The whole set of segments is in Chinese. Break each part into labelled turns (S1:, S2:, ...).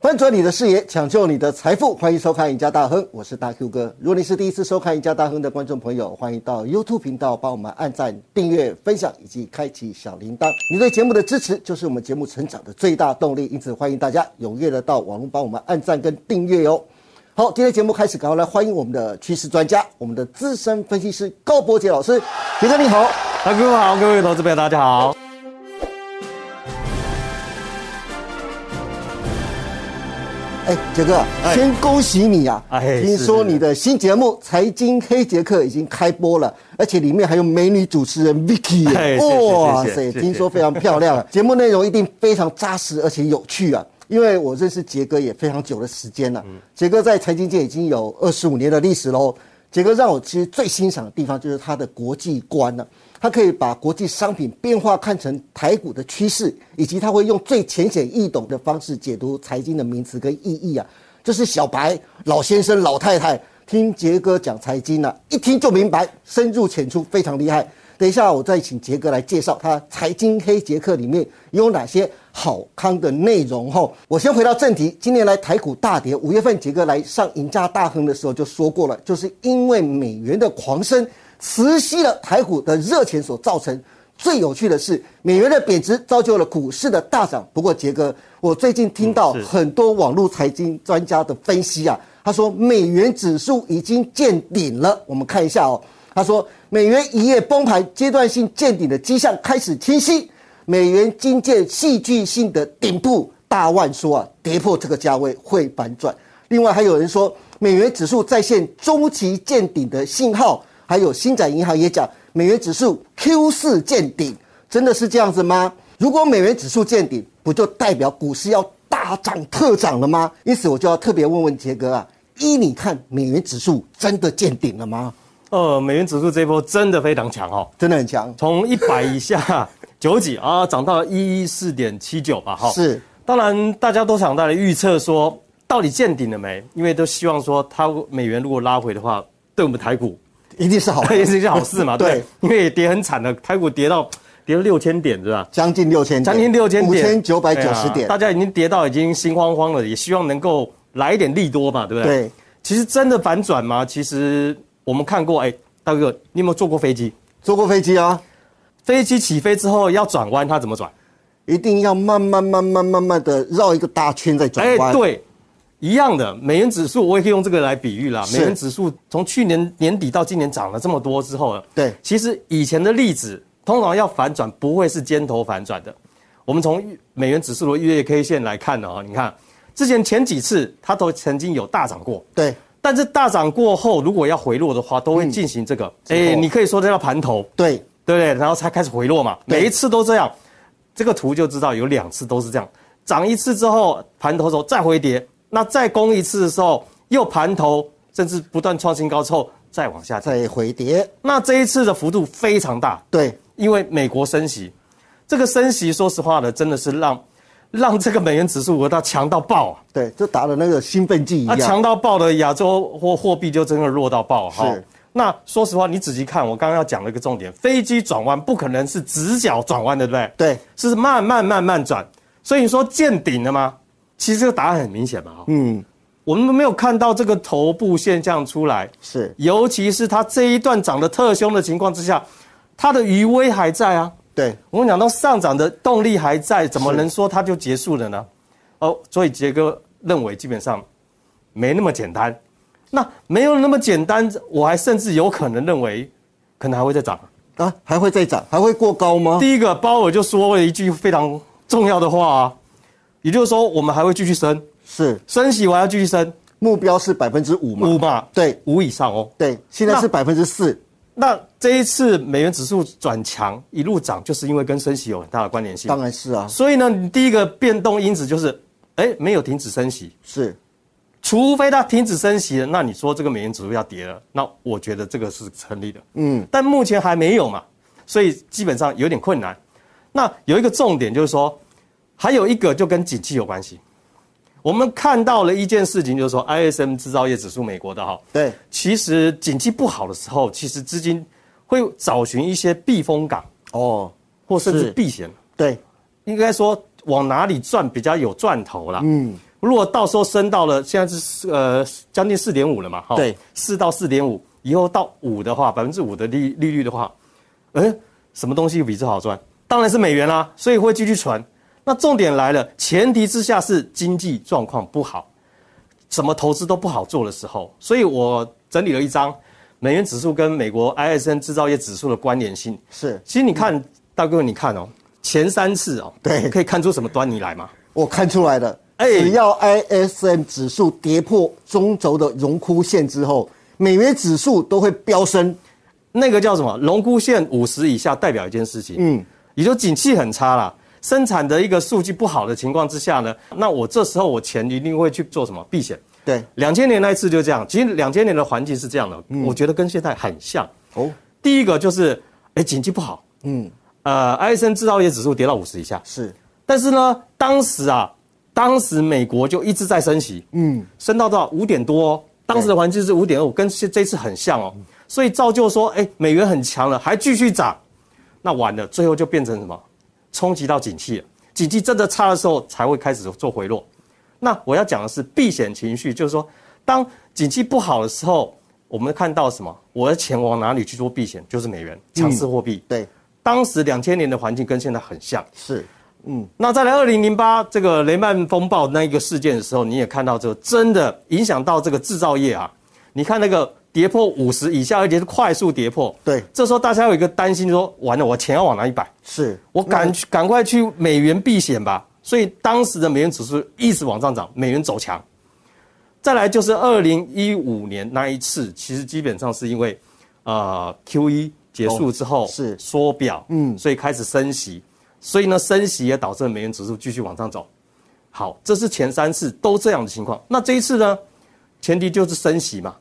S1: 翻转你的视野，抢救你的财富，欢迎收看《赢家大亨》，我是大 Q 哥。如果你是第一次收看《赢家大亨》的观众朋友，欢迎到 YouTube 频道帮我们按赞、订阅、分享以及开启小铃铛。你对节目的支持就是我们节目成长的最大动力，因此欢迎大家踊跃的到网络帮我们按赞跟订阅哟、好，今天节目开始，赶快来欢迎我们的趋势专家，我们的资深分析师高博杰老师。杰哥你好，
S2: 大哥好，各位投资朋友大家好。
S1: 哎，杰哥，
S2: 哎
S1: 先恭喜你啊！
S2: 哎
S1: 听说
S2: 是是
S1: 你的新节目《财经黑杰克》已经开播了，而且里面还有美女主持人 Vicky，耶
S2: 哎谢谢谢谢谢谢
S1: 听说非常漂 亮啊！节目内容一定非常扎实而且有趣啊！因为我认识杰哥也非常久的时间了，
S2: 嗯
S1: 杰哥在财经界已经有二十五年的历史喽。杰哥让我其实最欣赏的地方就是他的国际观了、他可以把国际商品变化看成台股的趋势，以及他会用最浅显易懂的方式解读财经的名词跟意义啊。就是小白、老先生、老太太听杰哥讲财经呢、啊，一听就明白，深入浅出，非常厉害。等一下，我再请杰哥来介绍他《财经黑杰克》里面有哪些好康的内容哈。我先回到正题，今年来台股大跌，五月份杰哥来上赢家大亨的时候就说过了，就是因为美元的狂升，磁吸了台股的热钱所造成。最有趣的是，美元的贬值造就了股市的大涨。不过，杰哥，我最近听到
S2: 嗯是
S1: 很多网络财经专家的分析啊，他说美元指数已经见顶了。我们看一下哦，他说美元一夜崩盘，阶段性见顶的迹象开始清晰，美元经见戏剧性的顶部。大万说啊，跌破这个价位会反转。另外还有人说，美元指数再现中期见顶的信号，还有新展银行也讲，美元指数 Q 四见顶，真的是这样子吗？如果美元指数见顶，不就代表股市要大涨特涨了吗？因此我就要特别问问杰哥啊，依你看，美元指数真的见顶了吗？
S2: 呃，美元指数这一波真的非常强哦，
S1: 真的很强，
S2: 从一百以下九几啊，涨到一一四点七九吧，哈、
S1: 是
S2: 当然，大家都想在预测说，到底见顶了没？因为都希望说，它美元如果拉回的话，对我们台股
S1: 一定是好的，
S2: 也 是一件好事嘛，
S1: 对
S2: 对，因为也跌很惨的，台股跌到跌了六千点，是吧？
S1: 将近六千，
S2: 将近六千
S1: 五
S2: 点，
S1: 千九百九十
S2: 对啊
S1: 点，
S2: 大家已经跌到已经心慌慌了，也希望能够来一点利多嘛，对不对？
S1: 对。
S2: 其实真的反转吗？其实我们看过，哎，大哥，你有没有坐过飞机？
S1: 坐过飞机啊？
S2: 飞机起飞之后要转弯，它怎么转？
S1: 一定要慢慢慢慢慢慢的绕一个大圈再转弯。，
S2: 哎对，一样的。美元指数我也可以用这个来比喻啦。
S1: 是
S2: 美元指数从去年年底到今年涨了这么多之后，啊
S1: 对
S2: 其实以前的例子通常要反转不会是尖头反转的。我们从美元指数的月 K 线来看呢，哦，你看之前前几次它都曾经有大涨过，
S1: 对
S2: 但是大涨过后如果要回落的话，都
S1: 嗯
S2: 会进行这个，
S1: 止
S2: 哎、
S1: 痛
S2: 你可以说这叫盘头，
S1: 对
S2: 对不对？然后才开始回落嘛，
S1: 对
S2: 每一次都这样，这个图就知道有两次都是这样，涨一次之后盘头的时候再回跌，那再攻一次的时候又盘头，甚至不断创新高之后再往下跌。
S1: 再回跌，
S2: 那这一次的幅度非常大，
S1: 对
S2: 因为美国升息，这个升息说实话呢，真的是让让这个美元指数得到强到爆啊！
S1: 对，就打了那个兴奋剂一
S2: 啊，
S1: 样。
S2: 强到爆的亚洲货货币就真的弱到爆啊哈
S1: 是。
S2: 那说实话，你仔细看，我刚刚要讲的一个重点，飞机转弯不可能是直角转弯，对不对？
S1: 对，
S2: 是慢慢慢慢转。所以你说见顶了吗？其实这个答案很明显嘛，哈，
S1: 嗯，
S2: 我们没有看到这个头部现象出来，
S1: 是，
S2: 尤其是它这一段涨得特凶的情况之下，它的余威还在啊。
S1: 对，
S2: 我们讲到上涨的动力还在，怎么能说它就结束了呢？哦，所以杰哥认为基本上没那么简单。那没有那么简单，我还甚至有可能认为，可能还会再涨。
S1: 啊，还会再涨，还会过高吗？
S2: 第一个，鲍尔就说了一句非常重要的话啊，也就是说我们还会继续升，
S1: 是，
S2: 升息完要继续升
S1: 目标是百分之五嘛？
S2: 五嘛，
S1: 对
S2: 五以上哦。
S1: 对，现在
S2: 那
S1: 是百分之四，
S2: 那这一次美元指数转强，一路涨，就是因为跟升息有很大的关联性。
S1: 当然是啊，
S2: 所以呢，你第一个变动因子就是，哎，没有停止升息，
S1: 是
S2: 除非它停止升息了，那你说这个美元指数要跌了，那我觉得这个是成立的。嗯，但目前还没有嘛，所以基本上有点困难。那有一个重点就是说，还有一个就跟景气有关系。我们看到了一件事情，就是说 ISM 制造业指数，美国的哈，
S1: 对，
S2: 其实景气不好的时候，其实资金会找寻一些避风港
S1: 哦，
S2: 或甚
S1: 是
S2: 至避险。
S1: 对，
S2: 应该说往哪里赚比较有赚头啦。嗯，如果到时候升到了现在是呃将近四点五了嘛，哈
S1: 对，
S2: 四到四点五，以后到五的话，百分之五的利利率的话，哎，什么东西比这好赚？当然是美元啦、所以会继续传。那重点来了，前提之下是经济状况不好，什么投资都不好做的时候，所以我整理了一张美元指数跟美国 ISM 制造业指数的关联性。
S1: 是
S2: 其实你看，大哥，你看哦，前三次哦，
S1: 对
S2: 可以看出什么端倪来吗？
S1: 我看出来了。
S2: 哎
S1: 只要 ISM 指数跌破中轴的荣枯线之后，美元指数都会飙升。
S2: 那个叫什么？龙枯线五十以下代表一件事情，嗯，也就景气很差啦，生产的一个数据不好的情况之下呢，那我这时候我钱一定会去做什么避险？
S1: 对，
S2: 两千年那一次就这样，其实两千年的环境是这样的，
S1: 嗯
S2: 我觉得跟现在很像。
S1: 哦，
S2: 第一个就是，哎，景气不好，
S1: 嗯，
S2: 呃，埃森制造业指数跌到五十以下，
S1: 是
S2: 但是呢，当时啊，当时美国就一直在升息，嗯，升到到五点多、哦，当时的环境是五点二，跟这这次很像哦，所以造就说，哎，美元很强了，还继续涨，那完了，最后就变成什么？冲击到景气了，景气真的差的时候才会开始做回落。那我要讲的是避险情绪，就是说，当景气不好的时候，我们看到什么？我的钱往哪里去做避险？就是美元强势货币。
S1: 对，
S2: 当时两千年的环境跟现在很像，
S1: 是
S2: 那再来二零零八这个雷曼风暴那一个事件的时候，你也看到，这个真的影响到这个制造业啊。你看那个跌破五十以下，而且是快速跌破。
S1: 对
S2: 这时候大家有一个担心说，完了，我钱要往哪里摆？
S1: 是，
S2: 我赶去赶快去美元避险吧。所以当时的美元指数一直往上涨，美元走强。再来就是二零一五年那一次，其实基本上是因为呃 Q E 结束之后、
S1: 哦是
S2: 缩表，嗯，所以开始升息，所以呢升息也导致了美元指数继续往上走。好，这是前三次都这样的情况。那这一次呢，前提就是升息嘛。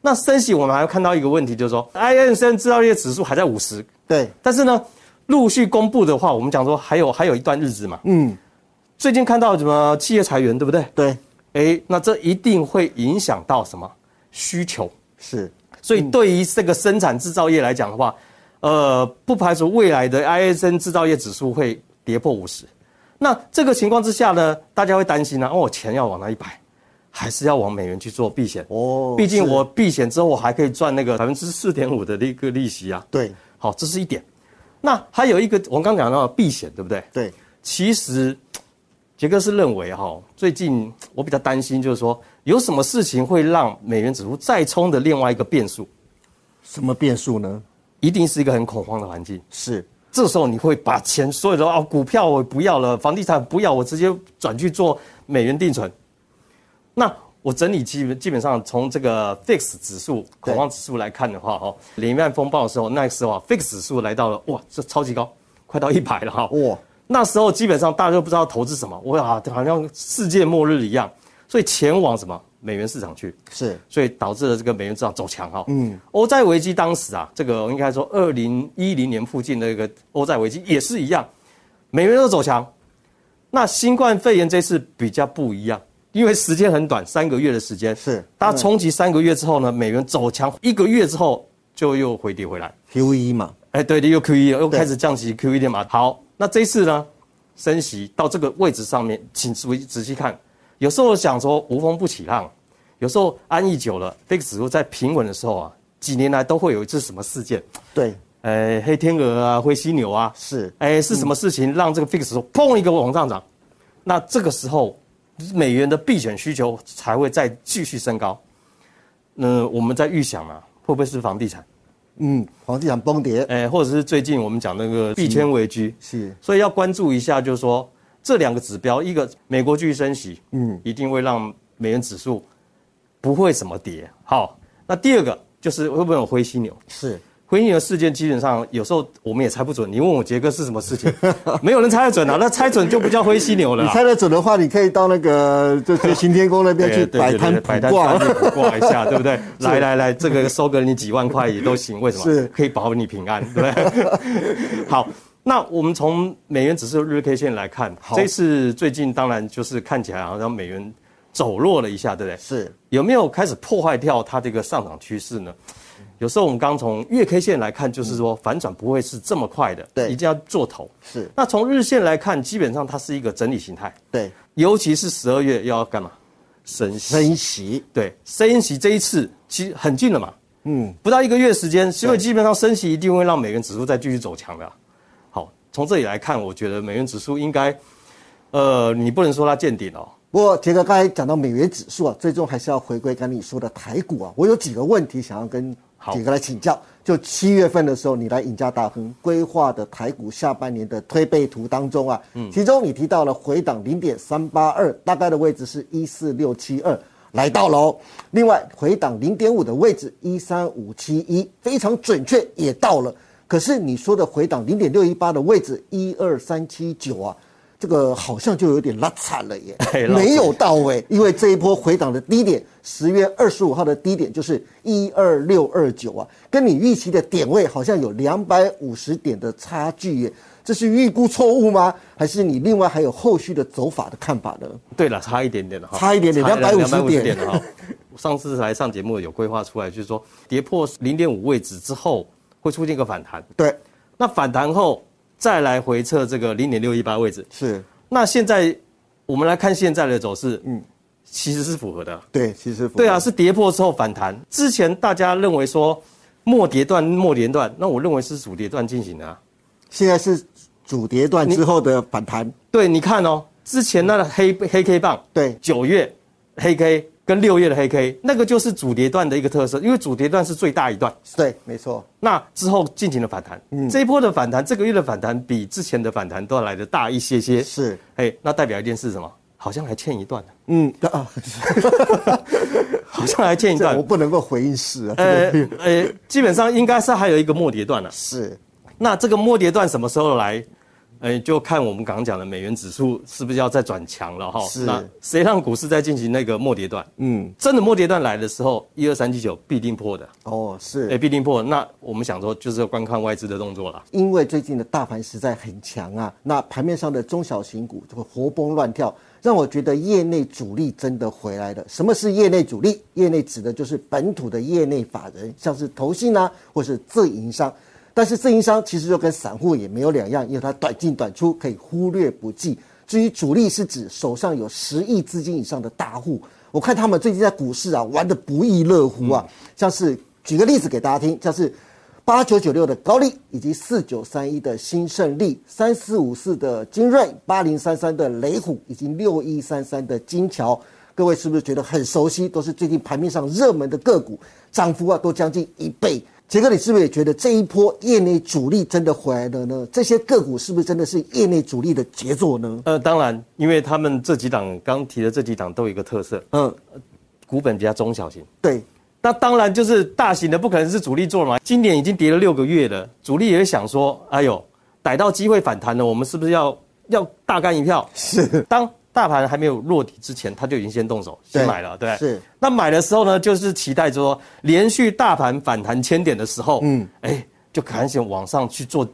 S2: 那升息我们还要看到一个问题，就是说 ISM 制造业指数还在五十，
S1: 对，
S2: 但是呢，陆续公布的话，我们讲说还有还有一段日子嘛。嗯，最近看到什么企业裁员，对不对？
S1: 对，
S2: 哎，那这一定会影响到什么需求？
S1: 是，
S2: 所以对于这个生产制造业来讲的话，呃，不排除未来的 ISM 制造业指数会跌破五十。那这个情况之下呢，大家会担心呢、啊，哦，钱要往哪里摆？还是要往美元去做避险？
S1: 哦
S2: 毕竟
S1: 是
S2: 我避险之后，我还可以赚那个百分之四点五的那个利息啊。
S1: 对，
S2: 好，这是一点。那还有一个，我们刚讲到避险，对不对？
S1: 对，
S2: 其实杰哥是认为哈，最近我比较担心，就是说有什么事情会让美元指数再冲的另外一个变数，
S1: 什么变数呢？
S2: 一定是一个很恐慌的环境。
S1: 是
S2: 这时候你会把钱所有的哦，股票我不要了，房地产不要，我直接转去做美元定存。那我整理基本基本上从这个 fix 指数恐慌指数来看的话，哈，雷曼风暴的时候，那时候啊 fix 指数来到了哇，这超级高，快到一百了哈。
S1: 哇，
S2: 那时候基本上大家都不知道投资什么，哇，好像世界末日一样，所以前往什么美元市场去。
S1: 是
S2: 所以导致了这个美元市场走强哈。嗯，欧债危机当时啊，这个应该说二零一零年附近的一个欧债危机也是一样，美元都走强。那新冠肺炎这次比较不一样，因为时间很短，三个月的时间
S1: 是
S2: 大家冲击三个月之后呢，美元走强一个月之后就又回跌回来。
S1: QE E 嘛？
S2: 哎，对的，又 Q E 又
S1: 对
S2: 开始降息 Q E 的嘛。好，那这一次呢，升息到这个位置上面，请注意仔细看。有时候想说无风不起浪，有时候安逸久了，这个指数在平稳的时候啊，几年来都会有一次什么事件，
S1: 对，
S2: 呃，黑天鹅啊，灰犀牛啊，
S1: 是
S2: 哎，是什么事情让这个 fix 指数砰一个往上涨？那这个时候，美元的避险需求才会再继续升高。那我们在预想啊，会不会是房地产？
S1: 嗯，房地产崩跌
S2: 哎，或者是最近我们讲那个币圈危机，
S1: 是
S2: 所以要关注一下，就是说这两个指标，一个美国继续升息，嗯，一定会让美元指数不会什么跌。好，那第二个就是会不会有灰犀牛？
S1: 是
S2: 灰犀牛事件基本上有时候我们也猜不准。你问我杰哥是什么事情，没有人猜得准啊，那猜准就不叫灰犀牛了
S1: 你
S2: 啦。
S1: 猜得准的话，你可以到那个 就就行天宫那边去
S2: 对
S1: 摆
S2: 对对
S1: 摊
S2: 对
S1: 卜
S2: 摊
S1: 卦
S2: 摊。去卜卦一下，对不对？来来来，这个收个你几万块也都行，为什么？
S1: 是
S2: 可以保你平安，对不对？ 好，那我们从美元指数日 K 线来看，这次最近当然就是看起来好像美元走弱了一下，对不对？
S1: 是
S2: 有没有开始破坏掉它这个上涨趋势呢？有时候我们刚从月 K 线来看，就是说反转不会是这么快的，
S1: 对
S2: 一定要做头。
S1: 是，
S2: 那从日线来看，基本上它是一个整理形态，
S1: 对，
S2: 尤其是十二月要干嘛？升息。
S1: 升息，
S2: 对，升息这一次其实很近了嘛，嗯，不到一个月时间，因为基本上升息一定会让美元指数再继续走强的啊、好，从这里来看，我觉得美元指数应该，呃，你不能说它见顶哦，
S1: 不过杰哥刚才讲到美元指数啊，最终还是要回归刚你说的台股啊。我有几个问题想要跟
S2: 好
S1: 杰哥来请教。就七月份的时候，你来赢家大亨规划的台股下半年的推背图当中啊，其中你提到了回档零点三八二，大概的位置是一四六七二，来到了哦。另外回档零点五的位置一三五七一，非常准确，也到了。可是你说的回档零点六一八的位置一二三七九啊，这个好像就有点拉惨了耶
S2: 嘿，老
S1: 没有到位，因为这一波回档的低点，十月二十五号的低点就是一二六二九啊，跟你预期的点位好像有两百五十点的差距耶，这是预估错误吗？还是你另外还有后续的走法的看法呢？
S2: 对了，差一点点了哈，
S1: 差一点点250
S2: 250
S1: 点
S2: 点了哈。上次来上节目有规划出来，就是说跌破零点五位置之后会出现一个反弹，
S1: 对，
S2: 那反弹后再来回测这个零点六一八位置，
S1: 是，
S2: 那现在我们来看现在的走势，嗯，其实是符合的。
S1: 对，其实
S2: 对啊，，是跌破之后反弹。之前大家认为说末跌段、末跌段，那我认为是主跌段进行的、啊。
S1: 现在是主跌段之后的反弹，
S2: 对，你看哦，之前那个黑黑 K 棒，
S1: 对
S2: 九月黑 K 跟六月的黑 K，那个就是主跌段的一个特色，因为主跌段是最大一段，
S1: 对，没错，
S2: 那之后进行了反弹。这一波的反弹，这个月的反弹比之前的反弹都要来的大一些些。
S1: 是，
S2: 哎，那代表一件事是什么？好像还欠一 段，
S1: 嗯 啊，
S2: 好像还欠一
S1: 这我
S2: 段。
S1: 不能够回应是啊，
S2: 呃呃，基本上应该是还有一个末跌段了、
S1: 是，
S2: 那这个末跌段什么时候来？呃，就看我们刚刚讲的美元指数是不是要再转强了哈？
S1: 是
S2: 那谁让股市在进行那个末跌段？嗯，真的末跌段来的时候，一二三七九必定破的，
S1: 哦，
S2: 哎、
S1: 是。
S2: 必定破。那我们想说，就是要观看外资的动作啦。
S1: 因为最近的大盘实在很强啊，那盘面上的中小型股就会活蹦乱跳，让我觉得业内主力真的回来了。什么是业内主力？业内指的就是本土的业内法人，像是投信啊，或是自营商。但是自营商其实就跟散户也没有两样，因为它短进短出，可以忽略不计。至于主力是指手上有十亿资金以上的大户，我看他们最近在股市啊玩得不亦乐乎啊，像是举个例子给大家听，像是八九九六的高丽，以及四九三一的新胜利，三四五四的精锐，八零三三的雷虎，以及六一三三的金桥。各位是不是觉得很熟悉？都是最近盘面上热门的个股，涨幅啊都将近一倍。杰哥，你是不是也觉得这一波业内主力真的回来了呢？这些个股是不是真的是业内主力的杰作呢？
S2: 呃，当然，因为他们这几档刚提的这几档都有一个特色，
S1: 嗯，
S2: 股本比较中小型。
S1: 对，
S2: 那当然就是大型的不可能是主力做嘛，今年已经跌了六个月了，主力也会想说，哎呦，逮到机会反弹了，我们是不是要要大干一票？
S1: 是
S2: 当大盘还没有落底之前，他就已经先动手
S1: 对
S2: 先买了，对不对
S1: 是。
S2: 那买的时候呢，就是期待说连续大盘反弹千点的时候，嗯，哎，就赶紧往上去做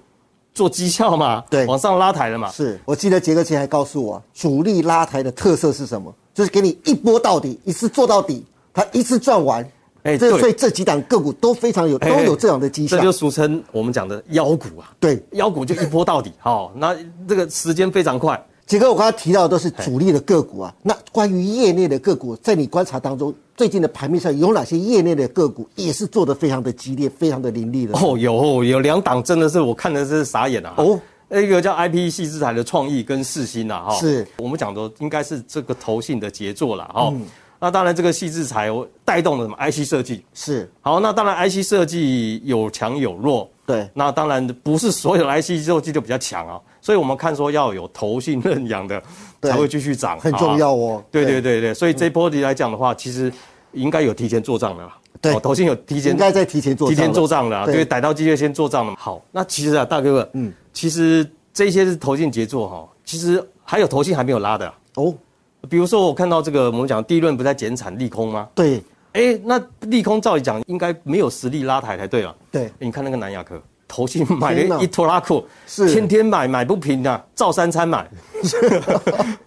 S2: 做绩效嘛，
S1: 对
S2: 往上拉抬了嘛，
S1: 是。我记得杰哥前还告诉我啊，主力拉抬的特色是什么？就是给你一波到底，一次做到底，他一次赚完。
S2: 哎
S1: 这
S2: 对
S1: 所以这几档个股都非常有，都
S2: 哎
S1: 有这样的迹象
S2: 这。就俗称我们讲的妖股啊，
S1: 对，
S2: 妖股就一波到底，好、那这个时间非常快。
S1: 杰哥，我刚刚提到的都是
S2: 哎
S1: 主力的个股啊，那关于业内的个股，在你观察当中，最近的盘面上有哪些业内的个股也是做得非常的激烈、非常的凌厉的？
S2: 哦，有有两档真的是我看的是傻眼啊！
S1: 哦
S2: 哦，一个叫 IP 系之台的创意跟世新啊，哈、
S1: 是嗯
S2: 我们讲的应该是这个投信的杰作啦。哦。那当然这个系制裁我带动了什么 IC 设计，
S1: 是
S2: 好，那当然 IC 设计有强有弱，
S1: 对
S2: 那当然不是所有的 IC 设计就比较强啊，所以我们看说要有投信认养的
S1: 对
S2: 才会继续涨，
S1: 很
S2: 好啊
S1: 重要哦。嗯
S2: 对对对对，所以这一波来讲的话，其实应该有提前做账的啦。
S1: 对
S2: 哦投信有提前
S1: 应该在提前做账了
S2: 提前做账了啊，
S1: 对
S2: 对，逮到机会先做账了嘛。好，那其实啊，大哥哥，嗯，其实这些是投信杰作哈，其实还有投信还没有拉的啊、
S1: 哦，
S2: 比如说我看到这个，我们讲第一轮不在减产利空吗？
S1: 对
S2: 哎，那利空照理讲应该没有实力拉抬才对啊。
S1: 对
S2: 你看那个南亚科，投信买了一拖拉库，
S1: 是
S2: 天天买买不平啊，照三餐 买。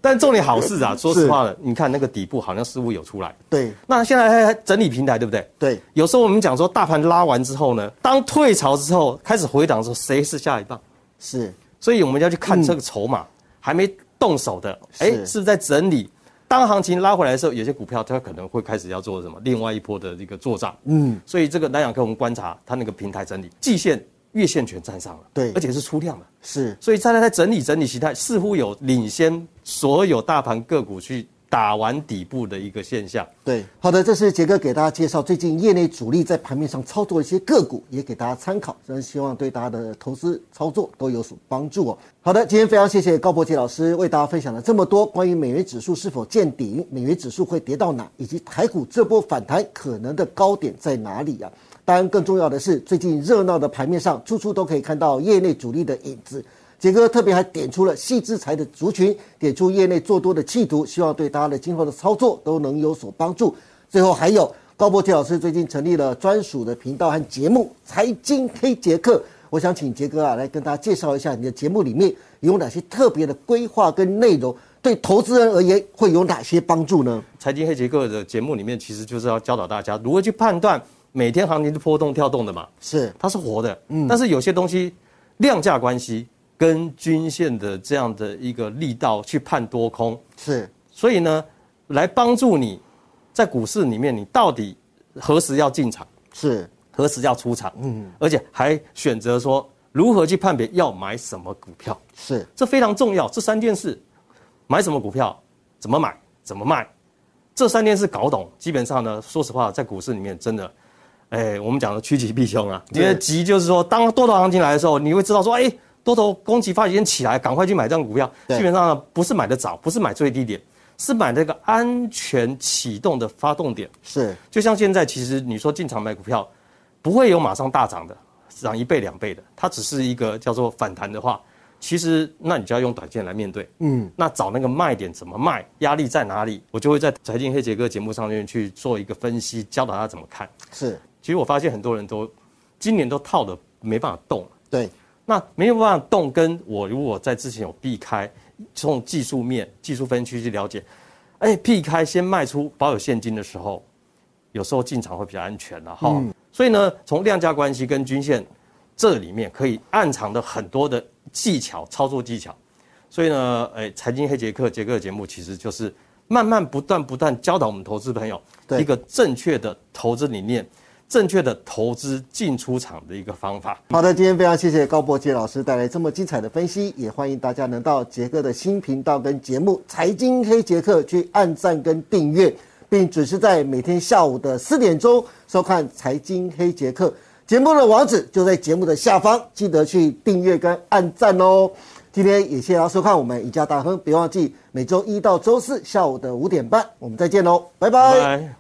S2: 但重点好事啊，说实话了，你看那个底部好像似乎有出来。
S1: 对
S2: 那现在还整理平台，对不对？
S1: 对，
S2: 有时候我们讲说，大盘拉完之后呢，当退潮之后开始回档的时候，谁是下一棒？
S1: 是
S2: 所以我们要去看这个筹码、还没动手的，哎，嗯是
S1: 是
S2: 不是在整理？当行情拉回来的时候，有些股票它可能会开始要做什么，另外一波的一个做账。嗯，所以这个南洋科我们观察它那个平台整理，季线、月线全站上了，
S1: 对
S2: 而且是出量的，
S1: 是
S2: 所以站在在整理整理形态，似乎有领先所有大盘个股去打完底部的一个现象。
S1: 对，好的，这是杰哥给大家介绍最近业内主力在盘面上操作的一些个股，也给大家参考，真希望对大家的投资操作都有所帮助哦。好的，今天非常谢谢高博杰老师为大家分享了这么多关于美元指数是否见顶、美元指数会跌到哪，以及台股这波反弹可能的高点在哪里啊。当然，更重要的是，最近热闹的盘面上，处处都可以看到业内主力的影子。杰哥特别还点出了细资材的族群，点出业内做多的企图，希望对大家的今后的操作都能有所帮助。最后还有高博杰老师最近成立了专属的频道和节目《财经黑杰克》，我想请杰哥啊来跟大家介绍一下你的节目里面有哪些特别的规划跟内容，对投资人而言会有哪些帮助呢？
S2: 财经黑杰克的节目里面，其实就是要教导大家如何去判断每天行情是波动跳动的嘛。
S1: 是
S2: 它是活的，但是有些东西量价关系跟均线的这样的一个力道去判多空，
S1: 是，
S2: 所以呢，来帮助你在股市里面，你到底何时要进场，
S1: 是
S2: 何时要出场，嗯，而且还选择说如何去判别要买什么股票，
S1: 是
S2: 这非常重要。这三件事，买什么股票，怎么买，怎么卖，这三件事搞懂，基本上呢，说实话，在股市里面真的，哎，我们讲的趋吉避凶啊。因
S1: 对
S2: 为急就是说，当多头行情来的时候，你会知道说，哎，多头攻击发已经起来，赶快去买这样的股票。
S1: 对
S2: 基本上呢，不是买的早，不是买最低点，是买那个安全启动的发动点。
S1: 是
S2: 就像现在，其实你说进场买股票，不会有马上大涨的，涨一倍两倍的，它只是一个叫做反弹的话，其实那你就要用短线来面对。嗯，那找那个卖点怎么卖，压力在哪里，我就会在财经黑杰哥节目上面去做一个分析，教导他怎么看。
S1: 是，
S2: 其实我发现很多人都今年都套的没办法动，
S1: 对
S2: 那没有办法动，跟我如果在之前有避开，从技术面、技术分区去了解，哎，避开先卖出保有现金的时候，有时候进场会比较安全了、哈、所以呢，从量价关系跟均线这里面可以暗藏的很多的技巧、操作技巧。所以呢，哎，财经黑杰克杰克的节目其实就是慢慢不断不断教导我们投资朋友
S1: 对
S2: 一个正确的投资理念、正确的投资进出场的一个方法。
S1: 好的，今天非常谢谢高博杰老师带来这么精彩的分析，也欢迎大家能到杰哥的新频道跟节目《财经黑杰克》去按赞跟订阅，并准时在每天下午的四点钟收看《财经黑杰克》节目的网址就在节目的下方，记得去订阅跟按赞哦。今天也谢谢大家收看我们赢家大亨，别忘记每周一到周四下午的五点半，我们再见喽，拜拜
S2: 拜拜